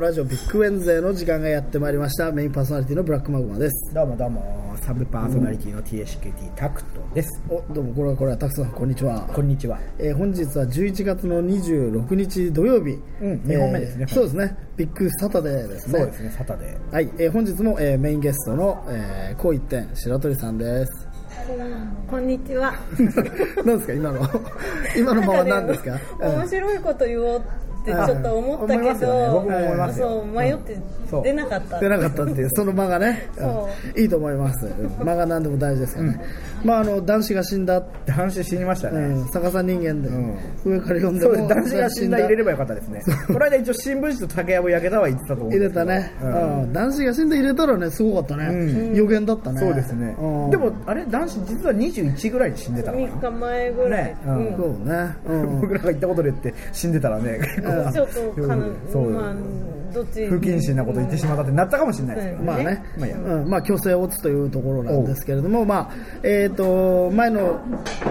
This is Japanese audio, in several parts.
ラジオビッグウェンゼーの時間がやってまいりましたメインパーソナリティのブラックマグマですどうもどうもサブパーソナリティの TSKT タクトです、おどうもこれはこれはたくさんこんにちはこんにちはえー本日は11月の26日土曜日、うん二本目ですねそうですねビッグサタデーですねそうですねサタデはい、えー本日も、えーメインゲストの、えー、こう一点白鳥さんです こんにちは。何ですか今の 今のまま何 ですかなんね面白いこと言おうってちょっと思ったはい思いまけすよねど、僕も思いますよそう迷ってそう出なかった。出なかったっていうその間がね、うんいいと思います、うん間が何でも大事ですからね、まああの男子が死んだ、ー男子死にましたうね、ん、逆さ人間で、ん上から読んでそうですも男子が死んだ入れればばよかったですねこの間一応新聞紙と竹やぶ焼けたは言ってたと思うん入でれすけたどね、ううんん男子が死んで入れたらねすごかったね、う予言だったねそうですね、うんでもあれ男子実は21ぐらいで死んでたのか3日前ぐらい。ねううんんそうね、うん僕らが言ったことでって死んでたらね結構ちょっとかなそうまあどっち不謹慎なこと言ってしまったってなったかもしれないですけど、うんまあね、まあいいやうん、まあ、虚勢を打つというところなんですけれども、まあ、えっ、と、前の、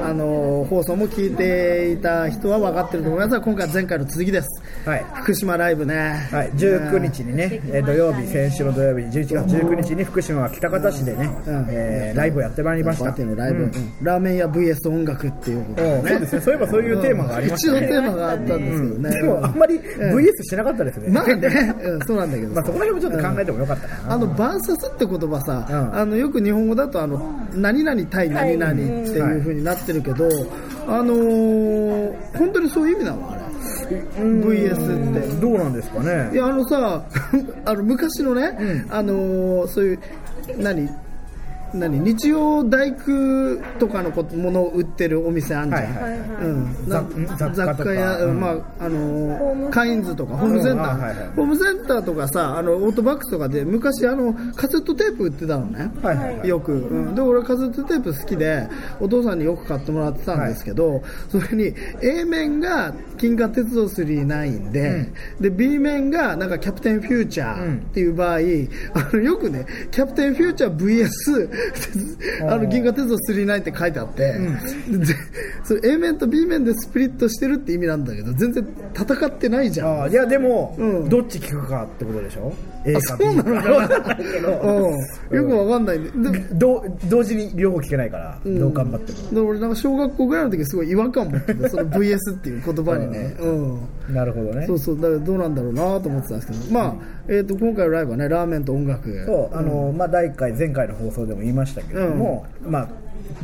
あの、放送も聞いていた人は分かってると思いますが、今回は前回の続きです。はい福島ライブね。はい、19日にね、えー土曜日、先週の土曜日、11月19日に福島は喜多方市でね、んえーライブをやってまいりました。バーテンのライブ、ううんんラーメン屋 VS 音楽っていうことうんそうですね、そういえばそういうテーマがありまし一応たテね。ーマがあったんですけどね。でも、あんまり VS しなかったですね。まあね、 うんそうなんだけどまあ、そこら辺もちょっと考えてもよかったかな。あのバーサスって言葉さ、うんあのよく日本語だとあの何々対何々っていう風になってるけど、あのー本当にそういう意味なのあれ VS って。どうなんですかいね。やあの さあの昔のね、あのーそういう何何日曜大工とかのことものを売ってるお店あんじゃん、はいはいはいうん、雑な雑貨とか雑貨屋、うんまああのーカインズとかホームセンター、うんあはいはいホームセンターとかさあのオートバックスとかで昔あのカセットテープ売ってたのね、はいはいはいよく、うん、で俺カセットテープ好きでお父さんによく買ってもらってたんですけど、それに A 面が「金河鉄道999で」で B 面がなんか「キャプテンフューチャー」っていう場合、あのよくね「キャプテンフューチャー VS あの銀河鉄道999」って書いてあって、でぜそれ A 面と B 面でスプリットしてるって意味なんだけど全然戦ってないじゃん。あーいや、でも、うんどっち聞くかってことでしょ ?A あそかう B なのかかな分けうん、よくわかんない、ね、でど同時に両方聞けないから、どう頑張っても。で俺なんか小学校ぐらいの時すごい違和感持っててその VS っていう言葉に ね、うん、なるほどね。そうそうだからどうなんだろうなと思ってたんですけどまあ、えー、と今回のライブはねラーメンと音楽そうあの、まあ、第1回前回の放送でも言いましたけれども、まあ、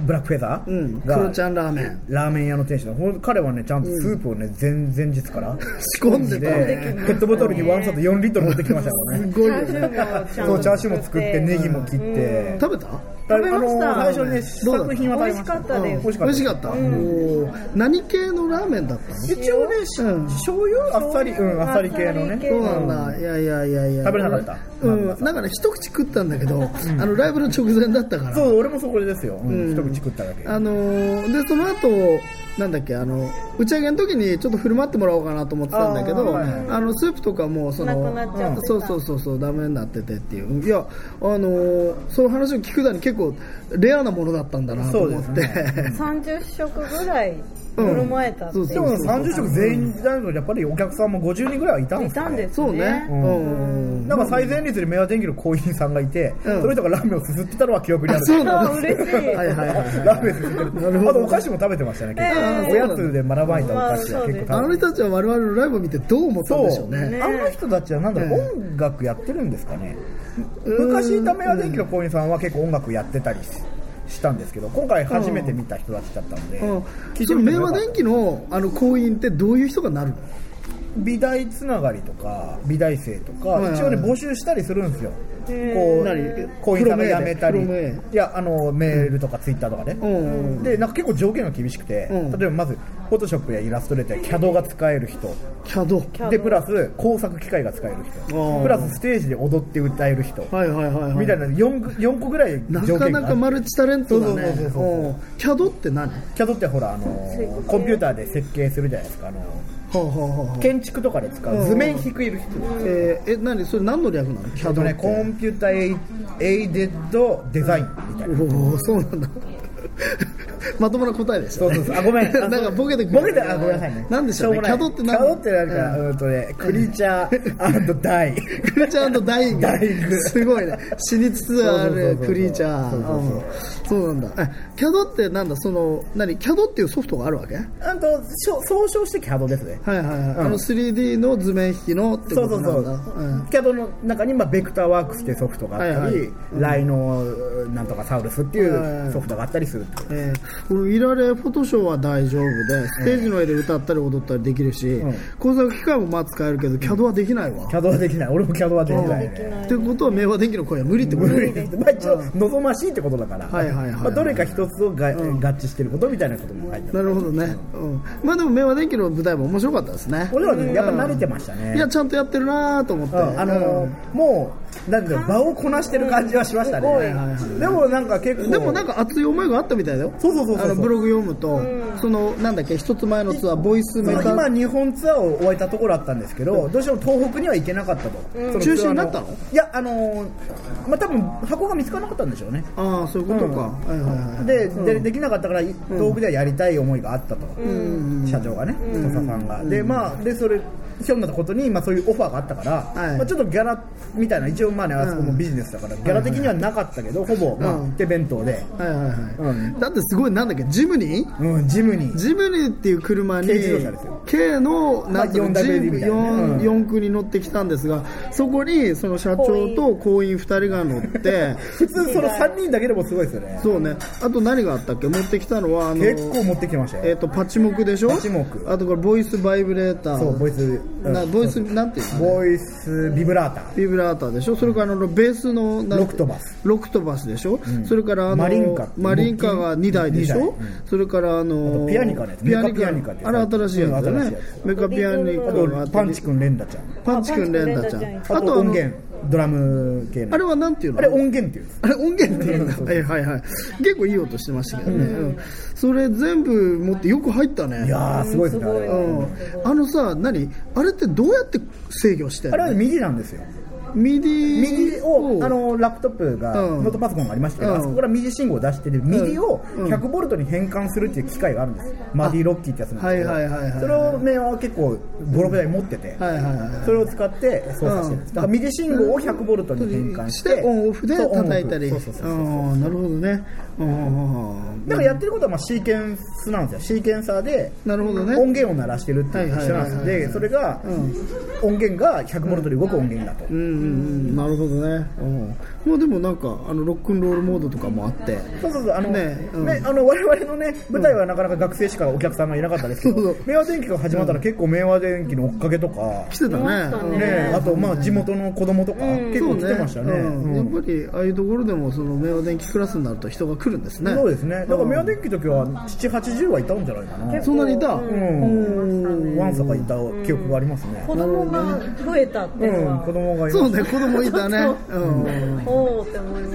ブラックフェザうんーが、黒ちゃんラーメンラーメン屋の店主のほん彼はねちゃんとスープをね、前々日から仕込んでたでペットボトルにワンサット4リットル持ってきましたから ねすごいよねそうチャーシューも作ってネギも切って、食べたあ食べましたあの最初にね試どうだった作品は食べました美味しかったです美味し美かった味しかった、おー何系のラーメンだったの一応ね、しうん醤油あっさりうんあっさり系のあっさねり系そのうなんだ、いやいやいやいや食べれなかった俺うんなんかね一口食ったんだけど、あのライブの直前だったからそう俺もそこですよ、うん一口食っただけあのーでその後なんだっけあの打ち上げの時にちょっと振る舞ってもらおうかなと思ってたんだけあーどあ、はいはいのスープとかもそのなくなっちゃってたそうそうそうそうダメになっててっていういやあのーその話を聞くだに結構レアなものだったんだなと思って、そうです30食ぐらいうん振る舞えたってそいうでそもうう。 30食全員だのでやっぱりお客さんも50人ぐらいはいたんでいすかたんで すそうねうね。ん、なんか最前列に明和電機の行員さんがいて、うんその人がラーメンをすすってたのは記憶にある。そうなんであす嬉しい。はいはいはいラーメンすすってる。あとお菓子も食べてましたね、結構。えーおやつで学ばいたお菓子まは結構食あべてあの人たちは我々のライブを見てどう思ったんでしょうねねあの人たちはなんだろう、音楽やってるんですかね。昔いた明和電機の行員さんは結構音楽やってたりししたんですけど、今回初めて見た人たちだったので、うん、その明和電機のあの行員ってどういう人がなるの美大つながりとか美大生とか、はいはい一応ね募集したりするんですよ、何こうこういうのプロメールやめたりプロメーいやあのメールとかツイッターとかね、うんでなんか結構条件が厳しくて、うん例えばまずフォトショップやイラストレーターや CAD が使える人キャドでプラス工作機械が使える人ープラスステージで踊って歌える人、はいはいはいはいみたいな 4, 四個ぐらい条な件がかなかマルチタレントだねそうそうそうそううんキャドって何は CAD ってほらあのーコンピューターで設計するじゃないですかあのーあはあはあはあ建築とかで使う図面低い人えーえ何それ何の略なのキあャとドねねコンピュータエイエイデッドデザインみたいなおおそうなんだ まともな答えでした、そうね、そうそうあごめ んなんかボケてくるボケてあごめんなさいねなんでしょうねもキャドってキなャドってなんかうんとねクリーチャーダイクリーチャーダイイングダイイングすごいね死につつあるクリーチャーそうそうそううんそうなんだえキャドってなんだその何キャドっていうソフトがあるわけはいあとしょ総称してキャドですねはいはい、あの 3D の図面引きのってそこうそとうなそんうだ、んキャドの中に、まあ、ベクターワークスっていうソフトがあったり、はいはいライノなんとかサウルスっていはいはういソフトがあったりするっていうえー、俺いられフォトショーは大丈夫でステージの上で歌ったり踊ったりできるし、ん工作機械もまあ使えるけどキャドはできないわ、キャドはできない俺もキャドはできない、できねないってことは明和電機の声は無理ってこと無理ですまあ、一応望ましいってことだから、はいはいはいまあ、どれか一つをが、合致してることみたいなことも書いてあなるるほどね、うん、まあでも明和電機の舞台も面白かったですね俺はねやっぱ慣れてましたね、いやちゃんとやってるなーと思って、うんあのもうなんだろう場をこなしてる感じはしましたね、でもなんか結う構んでもなんか熱い思いがあったみたいだよそうそうそうそうあのブログ読むと、そのなんだっけ一つ前のツアーボイスそメのタ今日本ツアーを終えたところだったんですけど、どうしても東北には行けなかったと、その中止になったのツアーいやあのーまあ多分箱が見つからなかったんでしょうねああそういうことか、はいはいはいで,、でできなかったからい東北ではやりたい思いがあったと、社長がね土佐、さんが、でまあでそれひょんなことに、まあ、そういうオファーがあったから、はいまあ、ちょっとギャラみたいな一応まあねあそこもビジネスだから、ギャラ的にはなかったけどほぼ、まうあ、ん手弁当で、はいはいはい、うんだってすごいなんだっけジムニーうん、ジムにジムニーっていう車に軽自動車ですよ K のなんとまあか 4WD みたいなねうん 4, 四駆に乗ってきたんですがそこにその社長と行員2人が乗 って普通その3人だけでもすごいですよねそうねあと何があったっけ持ってきたのはあの結構持ってきてましたよ、えっとパチモクでしょパチモクあとこれボイスバイブレーターそうボイス、うんなボイスなんていうのボイスビブラータービブラーターでしょそれからあのベースのなんロクトバスロクトバスでしょ、それからあのマリンカマリンカが2台でし二ょ、台うそれからああのとピアニカのやつピアニカメカピアニカってやつあれ新しいやつだうん新しいねやつメカピアニカあがあっとてパンチくんレンダちゃんパンチくんレンダちゃんあとあの音源ドラム系のあれはなんていうのあれ音源っていうんですあれ音源っていうんだはいはいはい結構いい音してましたけどね、うんそれ全部持ってよく入ったねいやーすごいですねあれすうごはいん、あのさ何あれってどうやって制御してんあれはのミディなんですよミデミィディをあのラップトップがうんノートパソコンがありましたけどうんあそこからミディ信号を出しててミディをうん100ボルトに変換するっていう機械があるんですマディロッキーってやつなんですけどはいはいはいはいそれをねは結構56台持っててはいはいはいそれを使って操作してるんでうんすだからミディ信号を100ボルトに変換してオンオフでそうオンオフ叩いたりそうそうそうそうあーなるほどねうんだからやってることはまあシーケンスなんですよシーケンサーでなるほどね音源を鳴らしてるっていうのと一緒なんではいはいすよはいはいでそれが音源が100ボルトで動く音源だとうんうんうんなるほどねうんまあでもなんかあのロックンロールモードとかもあってそうそうそうあの、ねねうんあの我々のね舞台はなかなか学生しかお客さんがいなかったですけそどうそう明和電機が始まったら結構明和電機の追っかけとか、来てたね来ましたうんねね、あとまあ地元の子供とか結構来てましたね、そううんうんやっぱりああいうところでもその明和電機クラスになると人が来るんですねそうですねだから明和電機の時は780はいたんじゃないかな、そんなにいたうんうんワンサかいた記憶がありますね、子供が増えたってういうんのは、子供がいそまうすね子供いた ねちうんおおって思いま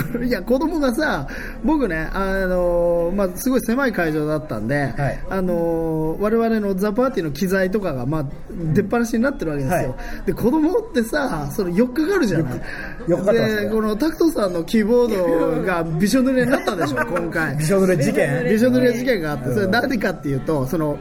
したね。いや子供がさ、僕ね、あのまあ、すごい狭い会場だったんで、はいあの我々のザ・パーティーの機材とかが、まあ、出っ放しになってるわけですよ、はで子供ってさ、それよっかかるじゃない、よっかかってますねでこのタクトさんのキーボードがびしょ濡れになった でしょ、今回、びしょ濡れ事件びしょ濡れ事件があって、それ何かっていうと、その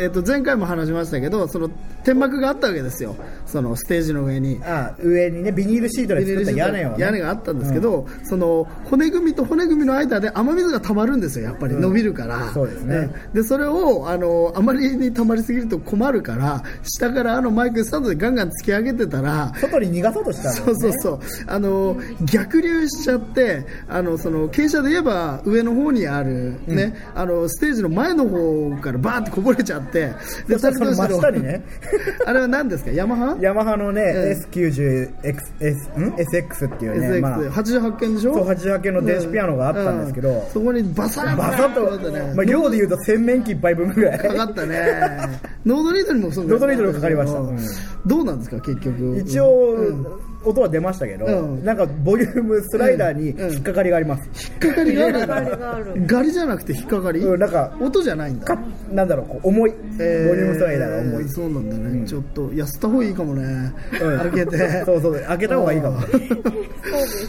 えっと前回も話しましたけど、その天幕があったわけですよ、そのステージの上に。あ上にねビニールシートで作った屋根を、ね、屋根があったんですけど、その骨組みと骨組みの間で雨水が溜まるんですよ、やっぱり伸びるから、そうですねんでそれをあのあまりに溜まりすぎると困るから、下からあのマイクスタンドでガンガン突き上げてたら、外に逃がそうとしたそうそうそう、あの逆流しちゃって、あのその傾斜で言えば上の方にある、ねあのステージの前の方からバーってこぼれちゃって、でそしたらその真下にね あれは何ですか、ヤマハヤマハのね、え S90SX ん SX っていうね、まあ、 SX88 件でしょそう88件の電子ピアノがあったんですけど、うそこにバサッバサッと、ねまあ、量で言うと洗面器一杯分ぐらいかかった ねノードリードルもそうだよノードリードルかかりましたうんどうなんですか結局一応、音は出ましたけど、うんなんかボリュームスライダーにうん引っかかりがあります、引っかかりがあるん引っかかりがあだるガリじゃなくて引っかかり、うんなんか音じゃないんだかなんだろうこう重い、ボリュームスライダーが重い、えそうなんだね、ちょっと痩せた方がいいかもね、うん歩けてそうそう開けた方がいいかも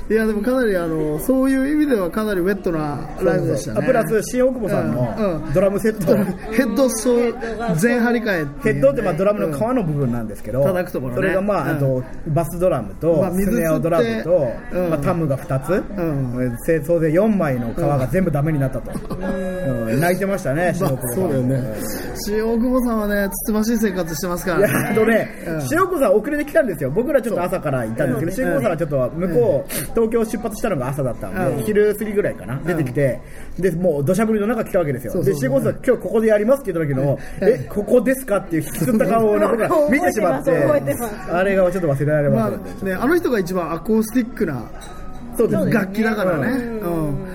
いやでもかなりあのそういう意味ではかなりウェットなライブでしたねあプラス新大久保さんうんうのんドラムセット、ヘッドそう全張り替えってヘいうねッドってまあドラムの皮の部分なんですけど、叩くところねそれがまあ、うんあとバスドラムと、まあ水吸っスてネアドラムと、うんまあ、タムが2つ、んせ総勢4枚の皮が全部ダメになったと、うん泣いてましたね、ま白あ黒さんそうだよね塩久保さんはねつつましい生活してますかいやらあねとね、塩子さん遅れて来たんですよ、僕らちょっと朝からいたんですけど、塩子さんはちょっと向こう、東京出発したのが朝だったんうでん、昼過ぎぐらいかな、出てきて、でもう土砂降りの中来たわけですよ、で塩子さん、今日ここでやりますって言った時の、え、ここですかっていう、引きずった顔を僕ら見てしまって覚えてます覚えて、あれがちょっと忘れられままあせんねね。あの人が一番アコースティックなそうですね楽器だからねううんん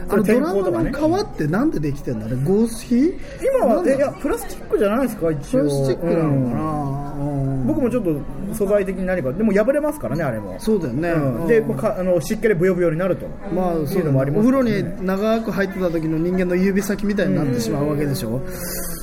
あのドラそれム天候との皮ってなんでできてんだね合皮今は、えいなんだや、プラスチックじゃないですか、一応。プラスチックなのかうんなうん僕もちょっと素材的に何か、でも破れますからね、あれも。そうだよねうんうんで、もうかあの湿気でブヨブヨになると。まあいそうのもありますお風よ呂ねに長く入ってた時の人間の指先みたいになってしまうわけでしょ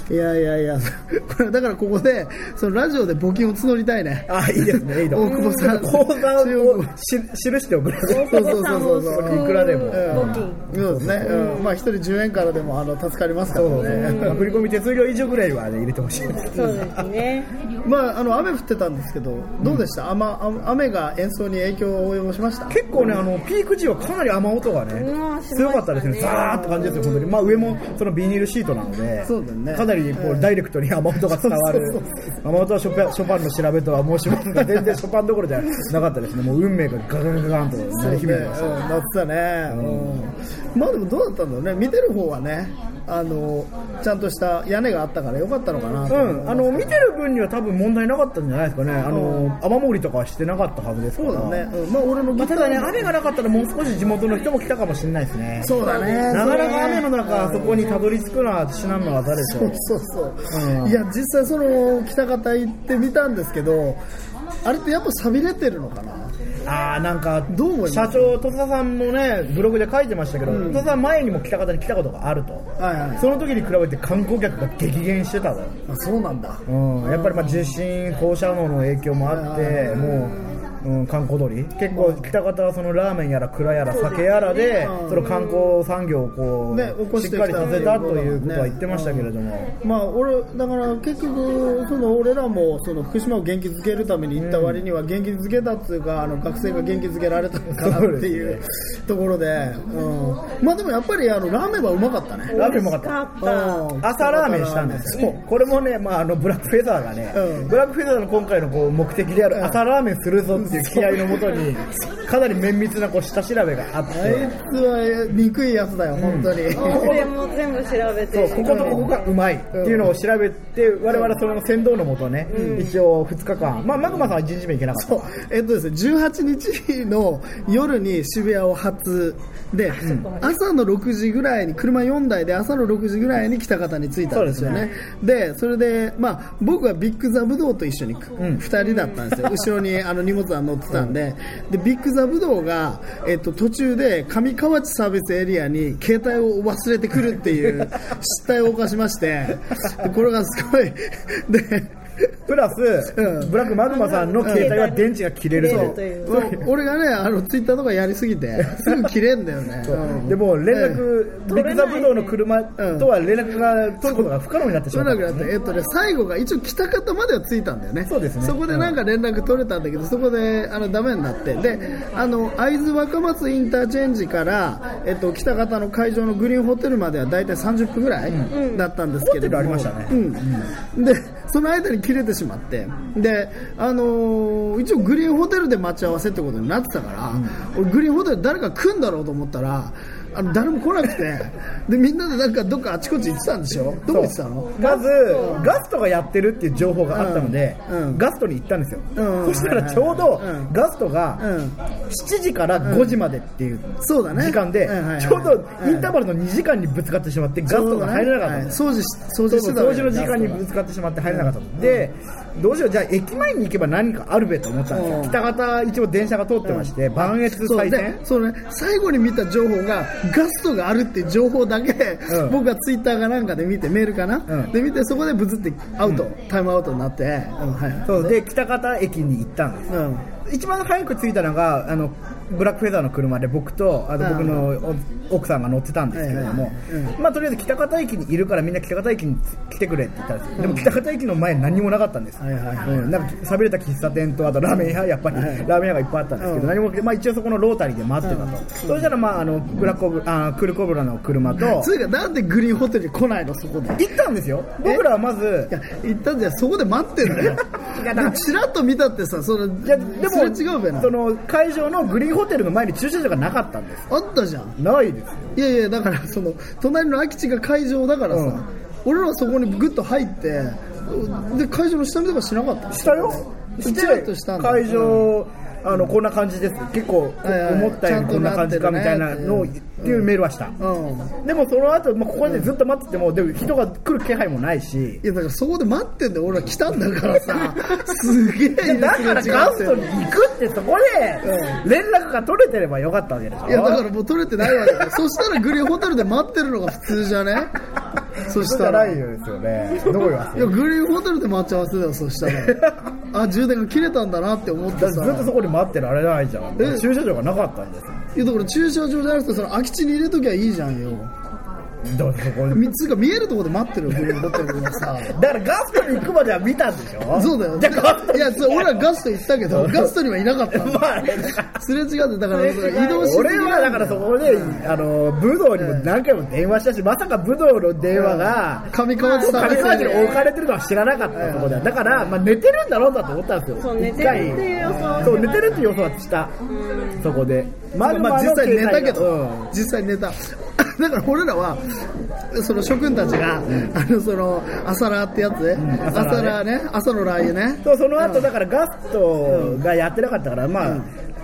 いやいやいや これだからここでそのラジオで募金を募りたいねあ、いいですね、いいの。大久保さん口座中を国し記しておくれ。そうそうそうそうそういくらでも募金そうですね、うんまあ一人10円からでもあの助かりますかそうらねね。まあ振り込み手数料以上ぐらいはね入れてほしいです。そうですねまああの雨降ってたんですけどどうでした、雨あ雨が演奏に影響を及ぼしました結構ね、あの、ピーク時はかなり雨音がうねん、しましたね強かったですね。ザーッと感じですよ、本当に。まあ上もそのビニールシートなので、そうだよねかなりこうダイレクトに雨音が伝わる。雨音はショパンショパンの調べとは申しますが、全然ショパンどころじゃなかったですね。もう運命がガガガガガンと鳴り響いてました。うんなってたね、うんまあでもどうだったんだろうね見てる方はねあのちゃんとした屋根があったからよかったのかなと思うん、あの見てる分には多分問題なかったんじゃないですかね、あの雨漏りとかはしてなかったはずですから、そうだね、うんまあ俺のギまあ、タたーだね、雨がなかったらもう少し地元の人も来たかもしれないですね、そうだねなかなか雨の中、あそこにたどり着くのは至難の技でしょう、そうそうそう、うんいや実際その北方行ってみたんですけどあれってやっぱ寂れてるのかなあーなんか、どう思います社長、戸田さんもね、ブログで書いてましたけど、戸田さん、前にも北方に来たことがあると、はいはいその時に比べて観光客が激減してたと。あそうなんだうん、やっぱりまあ地震、放射能の影響もあって、もう、うん、観光鳥、結構、北方はそのラーメンやら蔵やら酒やらで、その観光産業をこう、ね起こししてっきかたりさせたということは言ってましたけれども、まあ俺だから結局その俺らもその福島を元気づけるために行った割には元気づけたっていうかあの学生が元気づけられたのかなっていう ところで、うん、まあでもやっぱりあのラーメンはうまかったねラーメンうまかった。うん朝ラーメンしたんですよ、これもね、まあ、あのブラックフェザーがね、うんブラックフェザーの今回のこう目的である朝ラーメンするぞっていう気合のもとに、かなり綿密なこう下調べがあって、あいつは憎いやつだよ本当に、これも全部調べそうてこことここがうまいっていうのを調べて、我々その先導のもとね、一応2日間、まあ、マグマさんは1日目行けなかった。えっとですね、18日の夜に渋谷を発で、朝の6時ぐらいに車4台で朝の6時ぐらいに北方に着いたんですよねでそれで、まあ、僕はビッグザブドウと一緒に、2人だったんです よ後ろにあの荷物が乗ってたんで,、でビッグザブドウが、えっと、途中で上河内サービスエリアに携帯を忘れてくるっていう失態を犯しましてでこれがすごいでプラス、うんブラックマグマさんの携帯は電池が切れる切れるとという。いうそう俺がねあのツイッターとかやりすぎてすぐ切れんだよね、うんでもう連絡、ビッグザブドウの車とは連絡が取ることが不可能になってし取まれなくったなって、えっとね、最後が一応北方までは着いたんだよねそうですねこでなんか連絡取れたんだけど、そこであのダメになってであの会津若松インターチェンジから、えっと、北方の会場のグリーンホテルまでは大体30分ぐらいだったんですけれども、ホテルありましたねうん、でその間に切れてしまってで、あのー一応グリーンホテルで待ち合わせってことになってたから、俺グリーンホテル誰か来んだろうと思ったらあの誰も来なくてでみんなでなんかどっかあちこち行ってたんでしょどこ行ってたのまずガストがやってるっていう情報があったので、うんうんガストに行ったんですよ、うんそしたらちょうどうんガストがうん7時から5時までっていうそうだね時間でうんはいはいちょうどインターバルの2時間にぶつかってしまってガストが入れなかったんですそうだねはい掃除し掃除してた掃除の時間にぶつかってしまって入れなかったので、どうしよう、じゃあ駅前に行けば何かあるべと思ったんですよ、うん北方、一応電車が通ってまして、磐越そう再で線、そうね最後に見た情報がガストがあるっていう情報だけ、うん僕がツイッターかなんかで見てメールかな、うんで見てそこでブズってアウト、タイムアウトになって、うんはいそうで北方駅に行ったんです。うん一番早く着いたのがあのブラックフェザーの車で僕とあうんと僕のお奥さんが乗ってたんですけれども、うまあ、とりあえず北方駅にいるからみんな北方駅に来てくれって言ったんですよでも北方駅の前何もなかったんです、はいはいはいうん、なんか喋れた喫茶店とあとラーメン屋やっぱり、はいラーメン屋がいっぱいあったんですけど、うん何もまあ、一応そこのロータリーで待ってたと、そしたら、まあ、あのブラックコブあクルコブラの車 とそれがなんでグリーンホテルに来ないのそこで行ったんですよ僕らはまずいや行ったんじゃそこで待ってんだよ いやだからでチラッと見たってさそのいやでもすれ違うべなその会場のグリーンホテルの前に駐車場がなかったんですあったじゃんないですよいやいやだからその隣の空き地が会場だからさ、うん俺らはそこにグッと入ってで会場の下見とかしなかったしたよチラッとしたんだ会場、あのこんな感じです結構はいはい思ったよりこんな感じかみたいなのをちゃんとなってるねっていうメールはした、うんでもその後、まあ、ここでずっと待っててもでも人が来る気配もないしいやだからそこで待ってんだよ俺は来たんだから さすげえいやだからガストに行くってそこで連絡が取れてればよかったわけでしょいやだからもう取れてないわけだよそしたらグリーンホテルで待ってるのが普通じゃ ねそしそうじたゃらないよですよねどこよいやグリーンホテルで待ち合わせだよそしたらあ充電が切れたんだなって思ってださってずっとそこに待ってられないじゃんえ駐車場がなかったんですよいやだから駐車場じゃなくてその空き地に入れときゃいいじゃんよだからそこでみつうか見えるところで待ってるよグリーンホテルがさだからガストに行くまでは見たんでしょそうだよじゃあガストいやそう俺らガスト行ったけどガストにはいなかったの まあねだからすれ違ってだから移動しすぎ俺はだからそこで、あの武道にも何回も電話したし、まさか武道の電話が、上川内さん上川内にが置かれてるのは知らなかったところだ、だから、まあ、寝てるんだろうなと思ったんですよ、そう寝てるっていう予想はそう寝てるっていう予想はした、そこで、ままあ実際寝たけど、うん実際寝た だから俺らはその諸君たちが、あのその朝ラーってやつ、朝朝ララーね朝のラー油ねそうその後だからガストがやってなかったから、まあ、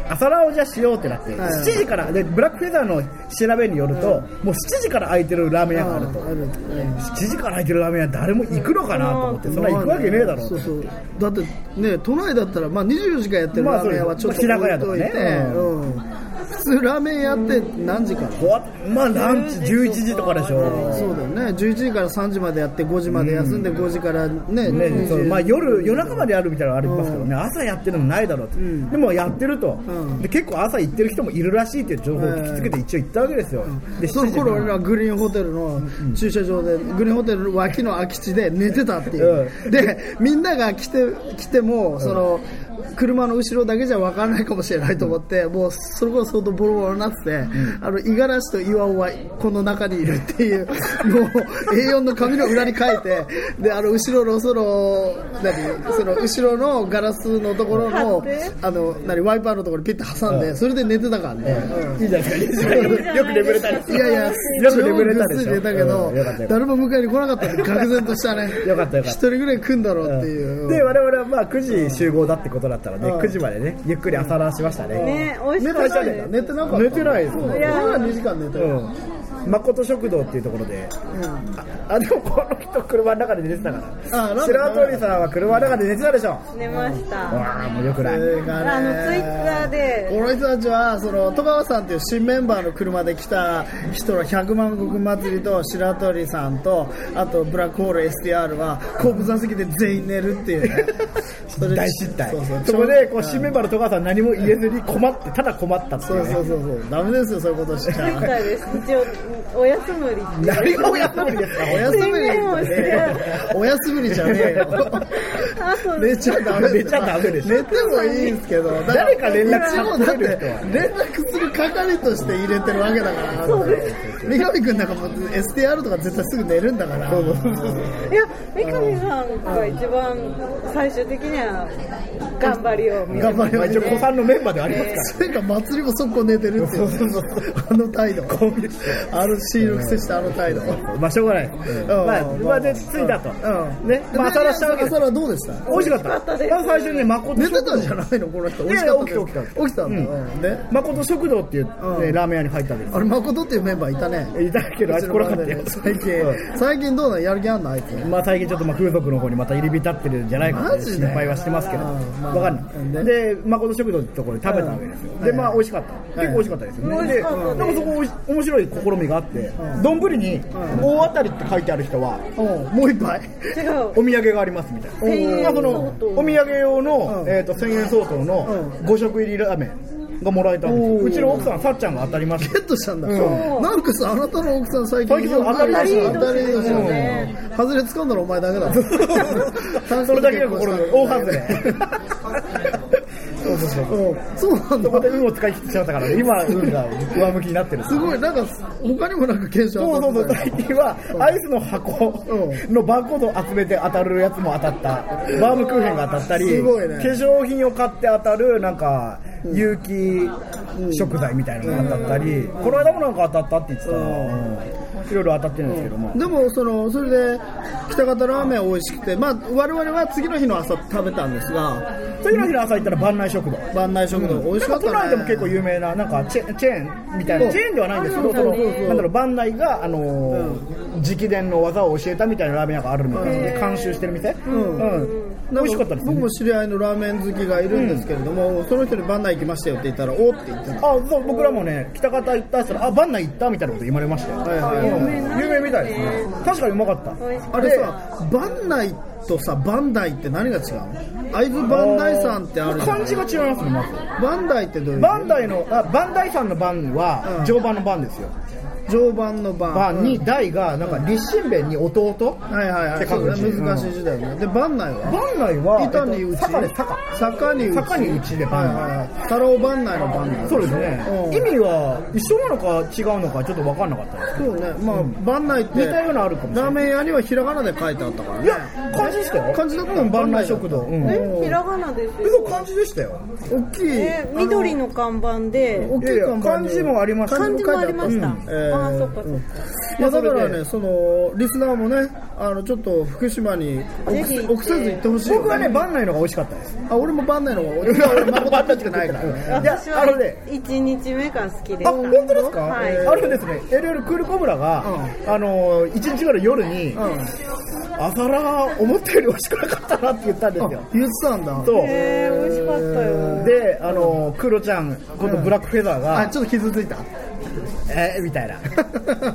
朝ラーをじゃあしようってなって、はい7時からで、ブラックフェザーの調べによると、もう7時から空いてるラーメン屋があると。あるうん7時から空いてるラーメン屋誰も行くのかなと思ってそんな行くわけねえだろうそとうそうだってね都内だったら、まあ、24時間やってるまあラーそうメンです屋はちょっと白髪屋とか置いねといて、うん普通ラーメン屋って何時から、怖っまあランチ11時とかでしょそうだよね11時から3時までやって5時まで休んで5時からねね、そうまあ、夜夜中までやるみたいなのありますけどね、う朝やってるのないだろうって、んでもやってるうと、んで結構朝行ってる人もいるらしいっていう情報を聞きつけて一応行ったわけですよ、でその頃俺らはグリーンホテルの駐車場で、グリーンホテルの脇の空き地で寝てたっていう、でみんなが来て来てもその、車の後ろだけじゃ分からないかもしれないと思って、もうそれこそ相当ボロボロになってて、あの五十嵐と岩尾はこの中にいるっていうもう A4 の紙の裏に書いてであの後ろのその何その後ろのガラスのところのあの何ワイパーのところにピッて挟んで、それで寝てたからね。うんいいじゃないですかよく眠れたりいやい や、よく眠れたでし超ぐっょすり寝たけど、うんよかったよかった誰も迎えに来なかったんで、愕然としたね。よかったよかった一人ぐらい来んだろうっていう。で我々はまあ9時集合だってことだったので、うん9時までねゆっくり朝らしましたね、ね美味寝しかてっなたいでんすだ寝てなかった。寝てないですそうだいや俺ら2時間寝たうよ。ん、誠食堂っていうところで、うんああでもこの人車の中で寝てたからあなんだ白鳥さんは車の中で寝てたでしょ寝ましたわあもうよくそないれがねあのツイッターで俺たちはその戸川さんっていう新メンバーの車で来た人の百万石祭りと白鳥さんとあとブラックホール STR は後部座席で全員寝るっていう ねそれ大失態そうそうそこでこう新メンバーの戸川さん何も言えずに困ってただ困ったっていそううねそうそうそうダメですよそういうことしちみゃたいです一応おやすむり何がお休みですかおやすみ睡眠をして おやすみじゃねえよあと寝ちゃダメ寝ちゃダメでしょ寝てもいいんですけどだら 誰か連絡一応先だっ取てれる人は連絡する係として入れてるわけだから三上君なんかもう STR とか絶対すぐ寝るんだからいや三上さんが一番最終的には頑張りを見せ頑張りまあま一し応子さんのメンバーではありますそかれか祭りもそこ寝てるっていうあの態度 RC のくせしたあの態度らまあしょうがない、まあ、まあ、で着いたと、うんねまあ朝らしたわけです朝はどうでした美味しかった美味しかったですまず最初にね誠寝て食たん堂じゃないのこの人いやいや起きた起き起きたた起きたんだ、ううん、ね誠食堂っていう、ねうんラーメン屋に入ったんですあれ誠っていうメンバーいたねいたけどあいつ来なかったよ最近、最近どうなんやる気あんのあいつまあ、最近ちょっとまあ風俗の方にまた入り浸ってるんじゃないかとマいうジで心配はしてますけど、あーまあわかんない。で、誠食堂ってところで食べたわけですよ。で、まあ、美味しかった。結構美味しかったですよはね。い美味で、しかったねなんかそこおいし面白い試みがあって、丼に大当たりって書いてある人は、もう一 杯違うお土産がありますみた1000いな。円まあその相当お土産用のうんえーと1000円相当の5食入りラーメンがもらえたんですおーようちの奥さん、さっちゃんが当たりましたゲ。ットしたんだ、なんかさあなたの奥さん最近最近当たり年当たり年だよねね外れ掴んだらお前だけだ それだけが心の大外れ。そうそうそう。うん そうなんそこだで運を使い切ってしまったから、ね、今運が上向きになってる。すごいなんか他にもなんか検証そうそうそう、最近はアイスの箱うのバーコードを集めて当たるやつも当たった、バームクーヘンが当たったり、すごいね化粧品を買って当たる、なんか、有機食材みたいなのが当たったり、この間もなんか当たったって言ってたな、いろいろ当たってるんですけども。でもそのそれで北方ラーメン美味しくて、まあ、我々は次の日の朝食べたんですが次の日の朝行ったら番内食堂。番内食堂、美味しかったね都内でも結構有名な、なんかチェチェーンみたいそうな、チェーンではないんですけど、あそそうなのんだねなんだろう、バンダイが、あのー直伝の技を教えたみたいなラーメン屋があるみたいなんで、監修してる店、うん美味しかったです僕ね。も知り合いのラーメン好きがいるんですけれども、その人に「番内行きましたよ」って言ったら「おっ」って言ってたあそう僕らもね、北方行った人ら、あ、バンナイ行ったみたいなこと言われましたよ。いはいうん有名なんだね有名みたいですね。確かにうまかった。美味しかったあれさ番内とさ番台って何が違うの会津番台さんってあるじゃ漢ん字が違いますね、まず。番台ってどういうバンダイの、あバンダイさんの番うんは、常番の番ですよ。常磐の番番に、台が、なんか、立身弁に弟はいはいはっいてそ書うくだ字ね難しい字だよねで番内は番内は、板にえっ内と坂です、坂。坂に内坂に内ではい番内はいはい太郎番内の番内そうですね、うん意味は一緒なのか違うのかちょっと分かんなかったですそうねまあ番内って似たようなあるかもしれラなーいメン屋にはひらがなで書いてあったからいねや漢字でしたよ漢字だったうん万来食堂うんえひらがなです嘘よ漢字でしたよ大きいえ緑の看板で大きい看板にいやいや漢字もありました漢字もありました、うんえーああそっかそっか、まあ、だからそれね、でそのリスナーもね、あのちょっと福島に臆せぜひ臆せず行ってほしい、僕はね、番内の方が美味しかったですあ俺も番内の方 が、俺も番内しかないから、いや私はあのね1日目が好きでしあた本当ですか、はいあれですね LL クールコブラが、あのー1日から夜に、朝ラー思ったより美味しくなかったなって言ったんですよ言ってたんだ、そうえー、美味しかったよであのークロちゃんことブラックフェザーが、あちょっと傷ついた、 えーみたいな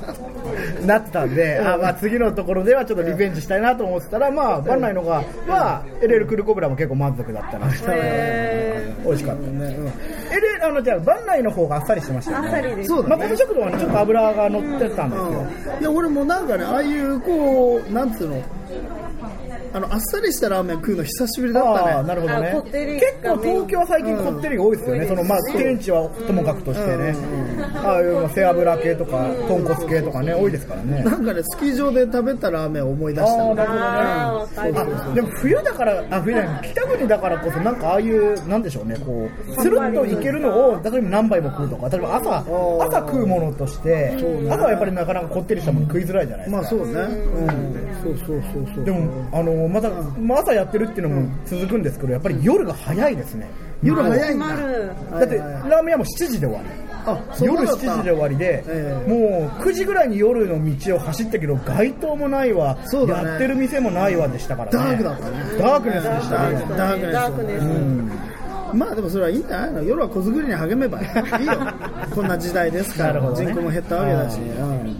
なってたんで、あまあ、次のところではちょっとリベンジしたいなと思ってたら、まあ、バンナイのが、まあ、LL クールコブラも結構満足だったな、え美味しかったね、うん、LL あのじゃあバンナイの方があっさりしてましたー、よあねっさりですそうだまこね、の食堂はねちょっと油が乗ってたんですよ、いや俺もなんかね、ああいうこう、なんつうの、あのあっさりしたラーメン食うの久しぶりだっああたーね、なるほどねあこってり結構東京は最近こってりが多いですよね、うんそのまあ天地はともかくとしてね、ああいう背脂系とか豚骨系とかね多いですからねなんかね、スキー場で食べたラーメンを思い出したあーのなるほどねああわかるあでも冬だからあ冬じゃない北国だからこそなんかああいうなんでしょうねこうスルッといけるのを例えば何杯も食うとか例えば朝朝食うものとして朝はやっぱりなかなかこってりしたもの食いづらいじゃないですか、まあそうね、うん、そうそうそうそう。でもあのまた、まあ、朝やってるっていうのも続くんですけどやっぱり夜が早いですね夜早いんだ。まるだってラーメン屋も7時で終わるあ、そ夜うだ7った時で終わりで、ええもう9時ぐらいに夜の道を走ったけど街灯もないわ、そうだねやってる店もないわでしたからねダークだったねダークネスでしたねダークネスダークネスまあでもそれはいいんじゃないの夜は子作りに 励めばいいよこんな時代ですかなるら、ほどね人口も減ったわけだし、ううん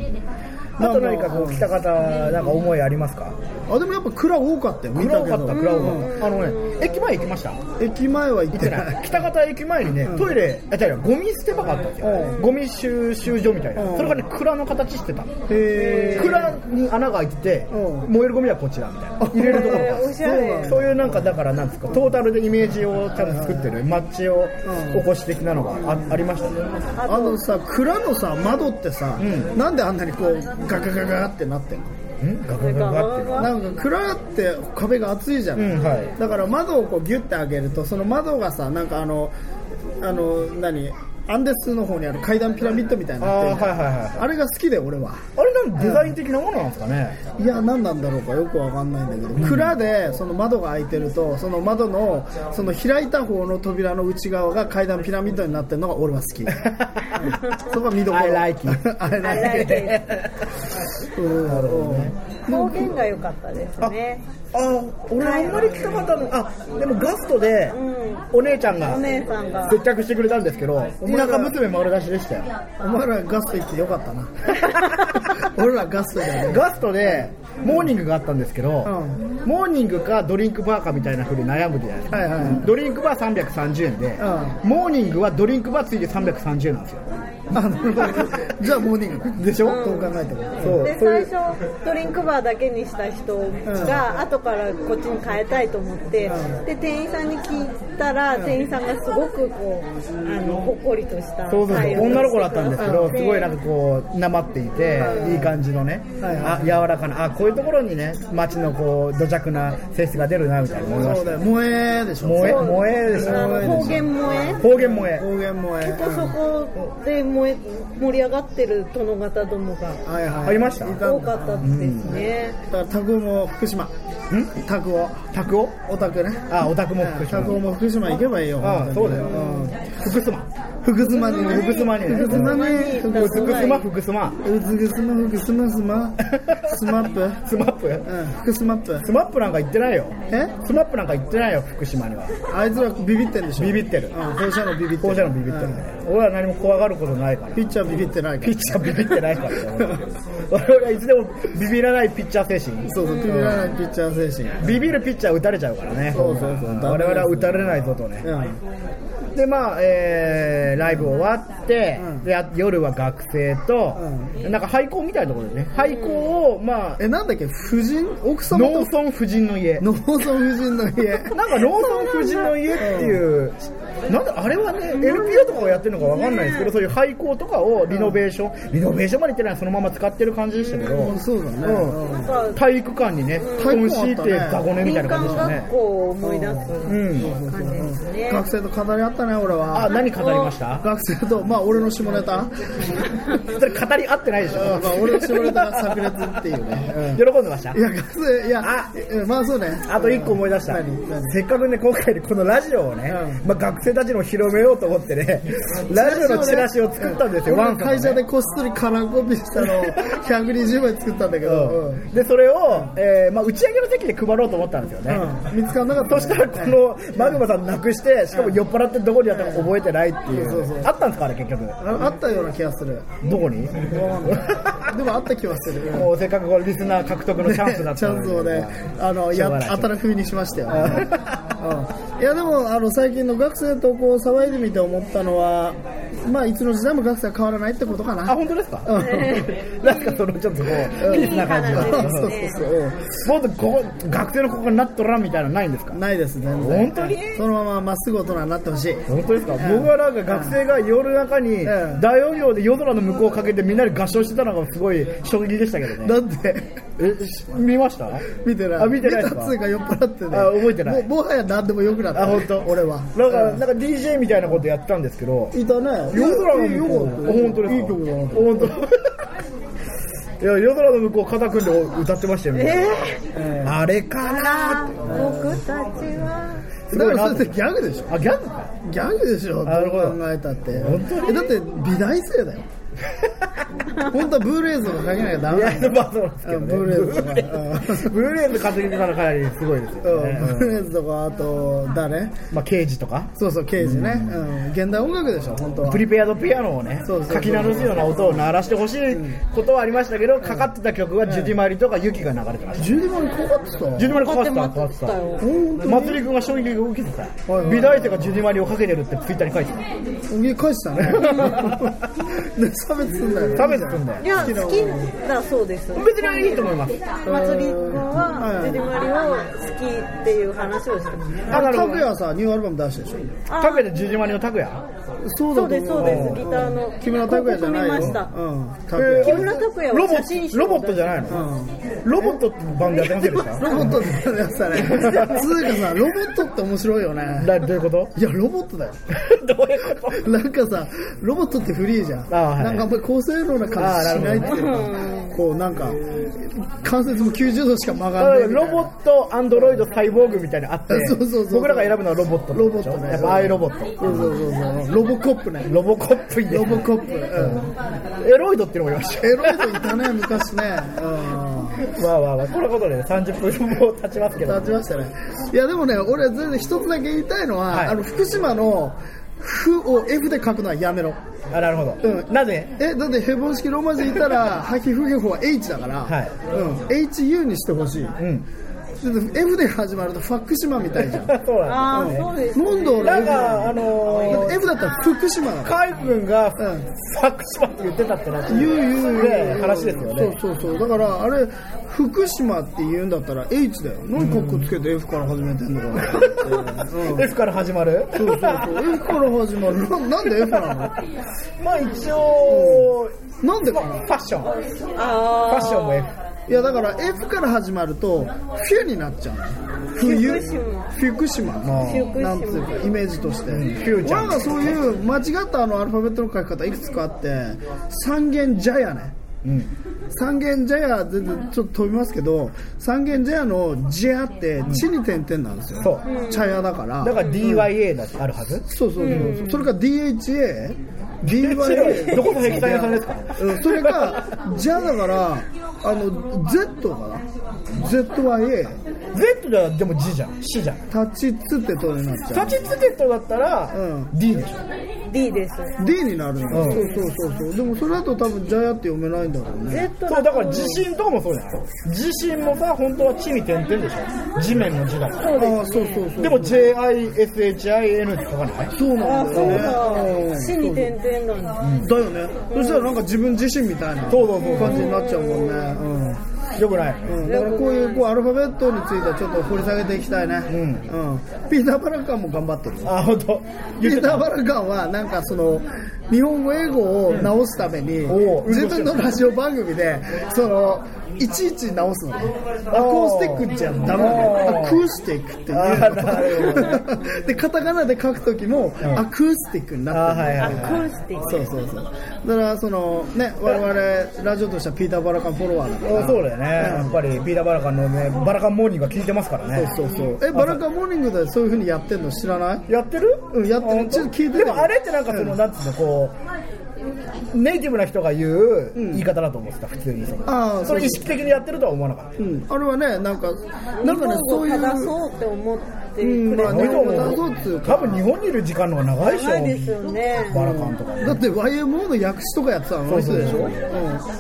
あと何かこう喜多方なんか思いありますかあでもやっぱ蔵多かったよ見た蔵多けかどった蔵多かったあのね駅前行きました駅前は行っ行っててなないい北方駅前にね、トイレ、あ、違う違う、ゴミ捨て場があったんですよ。ゴミ収集所みたいなう。んそれがね、蔵の形してたの。へー蔵に穴が開いてて、うん燃えるゴミはこちらみたいな。入れるところえがーおしゃれそういうなんか、だからなんですか、トータルでイメージをちゃんと作ってる、マッチを起こし的なのがあありましたね。あのさ蔵のさ窓ってさ、んなんであんなにこうガガガガってなってんのんガガガガって。なんか蔵って壁が厚いじゃない、うんはいだから窓をこうギュッて開けるとその窓がさなんかあのあの何アンデスの方にある階段ピラミッドみたいにあなってるあー、はいはいはい。あれが好きで俺はあれなんデザイン的なものなんですかね。いや何なんだろうかよくわかんないんだけど、蔵でその窓が開いてるとその窓のその開いた方の扉の内側が階段ピラミッドになってるのが俺は好 きそこが見どころ I like it. I I like like it it うん表現が良かったですねあー、俺あんまり北方の、あ、でもガストでう、んお姉ちゃんがお、姉さんが接着してくれたんですけど、お前ら腹娘丸出しでしたよ。お前らガスト行ってよかった な俺らガストだよねガストで、モーニングがあったんですけど、うんモーニングかドリンクバーかみたいな風に悩むじゃないですか。はいはいはいドリンクバー330円で、モーニングはドリンクバーついて330円なんですよ。あなるほどじゃあモーニングだでしょ、どう考えてもそうでそうい最う初ドリンクバーだけにした人が後からこっちに変えたいと思ってで店員さんに聞いたら店員さんがすごくこうあのほっこりとしたそうそうそう対応を女の子だったんですけど、しすてくごいだなんさっかこう、なまっていて、いい感じのね、はいはいあ柔らかな、あこういうところにね、街のこう、土着な性質が出るなみたいな思いそましうただ。よ萌えでしょ萌え、そう萌えでしょあの方言萌え方言萌え。方言萌え結構そこで燃え盛り上がってる殿方どもがうんはいはいありましたいた多んだかったですね、だからタクも福島んタクをタクオオタクねあ、オタクも福島タ。クも福島行けばいいよああ、そうだようん。福島。福島にね福島にね福島に福福島に福島島、福島。うずぐすま福島すまスマップスマップうん福スマップスマップなんか行ってないよ。えスマップなんか行ってないよ、福島には。あいつらビビってんでしょビビってる。うん校舎のビビってる校舎のビビってるうんね。俺は何も怖がることないから。ピッチャービビってないかピらッチャービビってないから。我々はいつでもビビらないピッチャー精神。そうそうビビらないピッチャー精神ビビるピッチャー打たれちゃうからね。そうそうそうん我々は打たれないぞとね。うんでまあ、えーライブ終わって、うんであ夜は学生と、なんか廃校みたいなところでね廃校を、まあえなんだっけ夫人奥様農と村婦人の家農村夫人の家なんか農村婦人の家っていう、なんだあれはね LPO とかをやってるのかわかんないですけど、そういう廃校とかをリノベーションリノベーションまで言ってないそのまま使ってる感じでしたけど、うんそうだねうんうんなんか体育館にね体布団育館敷あいったねて雑魚寝み民たい間な感じでした学ね校を思い出すうん感じですね、学生と語り合ったね俺あは何語りました学生とまあ俺の下ネ タそれ語り合ってないでしょ、うんまあ俺の下ネタが炸裂っていうねうん喜んでましたいや、学生、いやあ、えまあそうね。あと一個思い出した何何。せっかくね、今回ねこのラジオをね、うんまあ、学生たちにも広めようと思ってね、ラジオのチラシを作ったんですよ、俺ワのンさんが会社ねでこっそりカラーコピーしたのを120枚 作ったんだけど、うんで、それを、えーまあ、打ち上げの席で配ろうと思ったんですよね。うん見つからなかった。そしたら、このマグマさんなくして、しかも酔っ払ってどこにあったか覚えてないってい。そうそうそううあったんですか、あれ結局。あ、あったような気がする。どこにわかんないでもあった気はする。 もうせっかくこれリスナー獲得のチャンスだっチたャンスをね、あの、しょやうがない、新風にしましたよ。うんいや、でも、あの、最近の学生とこう、騒いでみて思ったのは、まあ、いつの時代も学生は変わらないってことかあ、な。本当ですかうん なんかそのちょっとこう、ピリスな感じがいいそう話ですそうねそうもっとここ学生のここになっとらんみたいなのないんですかうん。ないです、全然。本当にそのまままっすぐ大人になってほしい。本当ですか、僕はなんか学生が夜中にうん大音量で夜空の向こうをかけてみんなで合唱してたのがすごい衝撃でしたけどねだって、えし見ました見てない。あ見てないで見たすかっつうか酔っ払ってね。あ覚えてないもうもはや何でもよくなった。あ本当俺は。なんか、なんか DJ みたいなことやってたんですけどいたね。夜空の向こうあ本当ですかいい曲だな。本当いや夜空の向こう肩組んで歌ってましたよね、えあれかー、なあら僕たちはすごだいかならそれってギャグでしょあギャグかギャグでしょどなるうほど考えたって。本当に えだって、美大生だよ。本当はブーレイズとか書けなきゃダメいなや、んだまあそうですけど、ね、ブルーレイズブルーレイズ稼ぎてたらかなりすごいですよ、ねうんブーレイズとかあと誰まあ、刑事とか、そうそう刑事ね、うん、現代音楽でしょ本当はプリペアドピアノをねそうそうそうかき鳴らすような音を鳴らしてほしいことはありましたけど、かかってた曲はジュディマリとかユキが流れてました、ジュディマリかかってたジュディマリかかっ待っててた待かかっっててたたよ本当に祭り君が衝撃を受けてた、はいはい美大生がジュディマリをかけてるってツイッターに書いてた家返した ねで差別すんだよね差別すんだいよや好きだそうです別にいいと思います祭り君はジュディマリを好きっていう話をしてましあなるほ拓ど哉はさニューアルバム出したでしょたかけてジュディマリの拓哉そうそうですそうですギターの木村拓哉じゃないよ広告見ましたうん拓え哉木村拓ロ哉はボ写真集ロボットじゃないの、ロボットってバンドやってませんでしたロ ボットってやつだ ねつうかさロボットって面白いよねだどういうこといやロボットだよどういうことなんかさロボットってフリーじゃん、あはいなんかあんまり高性能な感じしないっていうあかこうなんか関節も90度しか曲がらないみたいなロボット、アンドロイド、サイボーグみたいなのあってそうそうそうそう、僕らが選ぶのはロボットなんでしょロボットねやっぱああいうロボッそト。うそうそうそうロボコップねロボコップいいでロすボね。コップ、うん、エロイドっていうのもいましたエロいといたね昔ね、うんまあまあまあ、このことで30分も経ちますけど。立ちましたね。いや、でもね、俺は全然一つだけ言いたいのは、はいあの、福島の、ふを F で書くのはやめろ。あ、なるほど。うんなぜえ、だってヘボン式ローマ字で言ったら、ハヒフゲホは H だから、はいうん、HU にしてほしい。うん。だって F で始まるとファック島みたいじゃん。そうなんあであすね。そうですなんで俺な F んか、だあっのてー、 F だったら福島だから。カイ君が、うんサクシマって言ってたってなって。言う言う言うね話ですよね。そうそうそうだからあれ福島って言うんだったら H だよ何かっこつけて F から始めてんのかなって、うん F から始まるそうそうそう。F から始まる。ななんで F なのまあ一応、なんでまかあなファッション。フあァあッションも F。いやだから F から始まると、冬になっちゃうの。冬。福島福島。福島なんつうか、イメージとして。フューチャー俺がそういう間違ったあのアルファベットの書き方いくつかあって、三軒茶屋ね。三軒茶屋全然ちょっと飛びますけど三軒茶屋の「茶屋って「地に点々なんですよ、そう。茶屋だからだから DYA だってあるはず。そうそうそう、それか DHA、 DYA DYA、どこの壁画屋さんですかうんそれか、じゃあだから、あの Z かな、ZYA、 Z じゃでも G じゃん C じゃんタッチつってとになっちゃう。立ちつけとだったら、うん D でしょ D です D になるの、うんそうそうそうそうでもそれだと多分ジャヤって読めないんだろうね Z そうだからと地震とかもそうじゃん地震もさ本当は地に点々でしょ地面の地だからああーそうそうそうでも JISHIN って書かないそうなんだそうよだね死に点々なんだうんだよね、そしたらなんか自分自身みたいなそうそうそう感じになっちゃうもんね、うんよくないうん、だからこういうこうアルファベットについてはちょっと掘り下げていきたいね、うんピーター・パラカンも頑張ってるあ本当ピ言ってーター・たパラカンはなんかその日本語英語を直すためにおう自分のラジオ番組でそのいちいち直すのねアコースティックじゃダメなのおアークースティックっていうのでカタカナで書く時もアクースティックにあなってるはいはアいクはいースティックそうそうそうだからそのね我々ラジオとしてはピーター・パラカンフォロワーだからあそうだよねやっぱりピーター・バラカンのねバラカンモーニングが聞いてますからねそうそうそう。え、バラカモーニングでそういう風にやってんの知らないやってるうんやってるあ本当ちょっと聞いてたでもあれってなんかその、うんなんつうのこうネイティブな人が言う言い方だと思ってた普通にそのああ、そそうれ意識的にやってるとは思わなかったうん。あれはね、なんか、日なんか本ね、語そをういう。正そうって思ってうんくれまあねたそうそうそう多分日本にいる時間の方が長いでしょないですよねバラカンとかだって YMO の訳詞とかやってたのあの人でしょ、そううんそ、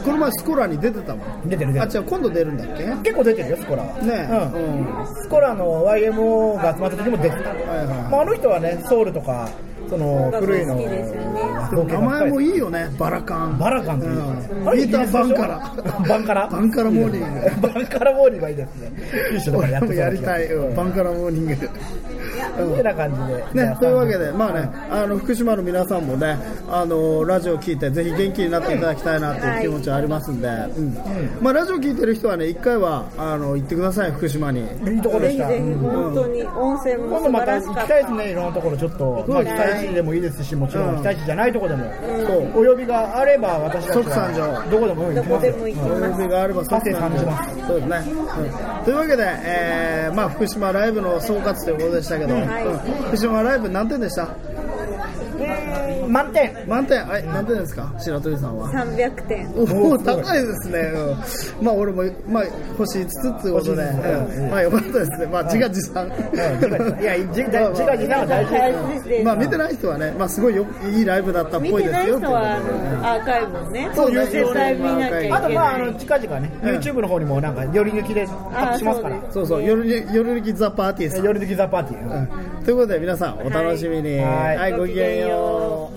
この前スコラに出てたもん出てる出あてる違う今度出るんだっけ結構出てるよスコラはねううんん、スコラの YMO が集まった時も出てた、いはいまあ、あの人はねソウルとかその古いの好きですよね名前もいいいよねバラカン、バラカンっていううんあれピーター・バンカイギリスでしょラバンカラバンカラモーニングバンカラモーニングはいいですね一緒だからや俺っもてやりたい、うん、バンカラモーニングみたいな感じでじゃねあ、というわけで、まあね、あの福島の皆さんもね、あのラジオ聞いて、ぜひ元気になっていただきたいなという気持ちはありますんで、うんまあ、ラジオ聞いてる人はね、一回はあの行ってください、福島に。いいとこでぜしひぜたひ本当に温泉も今素度ま晴たらし行かきったいでたすね、いろんなところ、ちょっと、まあ、ね期待地でもいいですし、もちろうんん期待地じゃないところでも、そうお呼びがあれば、私たち即参上はどこでも行どきこますでよも行きおます呼びがあれば達成感じますそうですね、うんというわけで、えーまあ、福島ライブの総括ということでしたけど、はいうん福島ライブ何点でしたえー満点満点はい何点ですか白鳥さんは300点おお高いですね、うん、まあ俺も、まあ、星5つってことで、うんまあよかったですねまあ自画自賛、 いや自画自賛は大事大事ですまあ見てない人はね、まあ、すごいよいいライブだったっ見ぽいてでないすよ人はアーカイブをねそう絶対見なきゃいけあとまああなのい近々ね、YouTube の方にもなんか寄り抜きでしますかあらそうそう夜に夜抜きザ・パーティーさん、寄り抜きザパーティー、うんということで皆さんお楽しみに、はいはい、ごきげんよう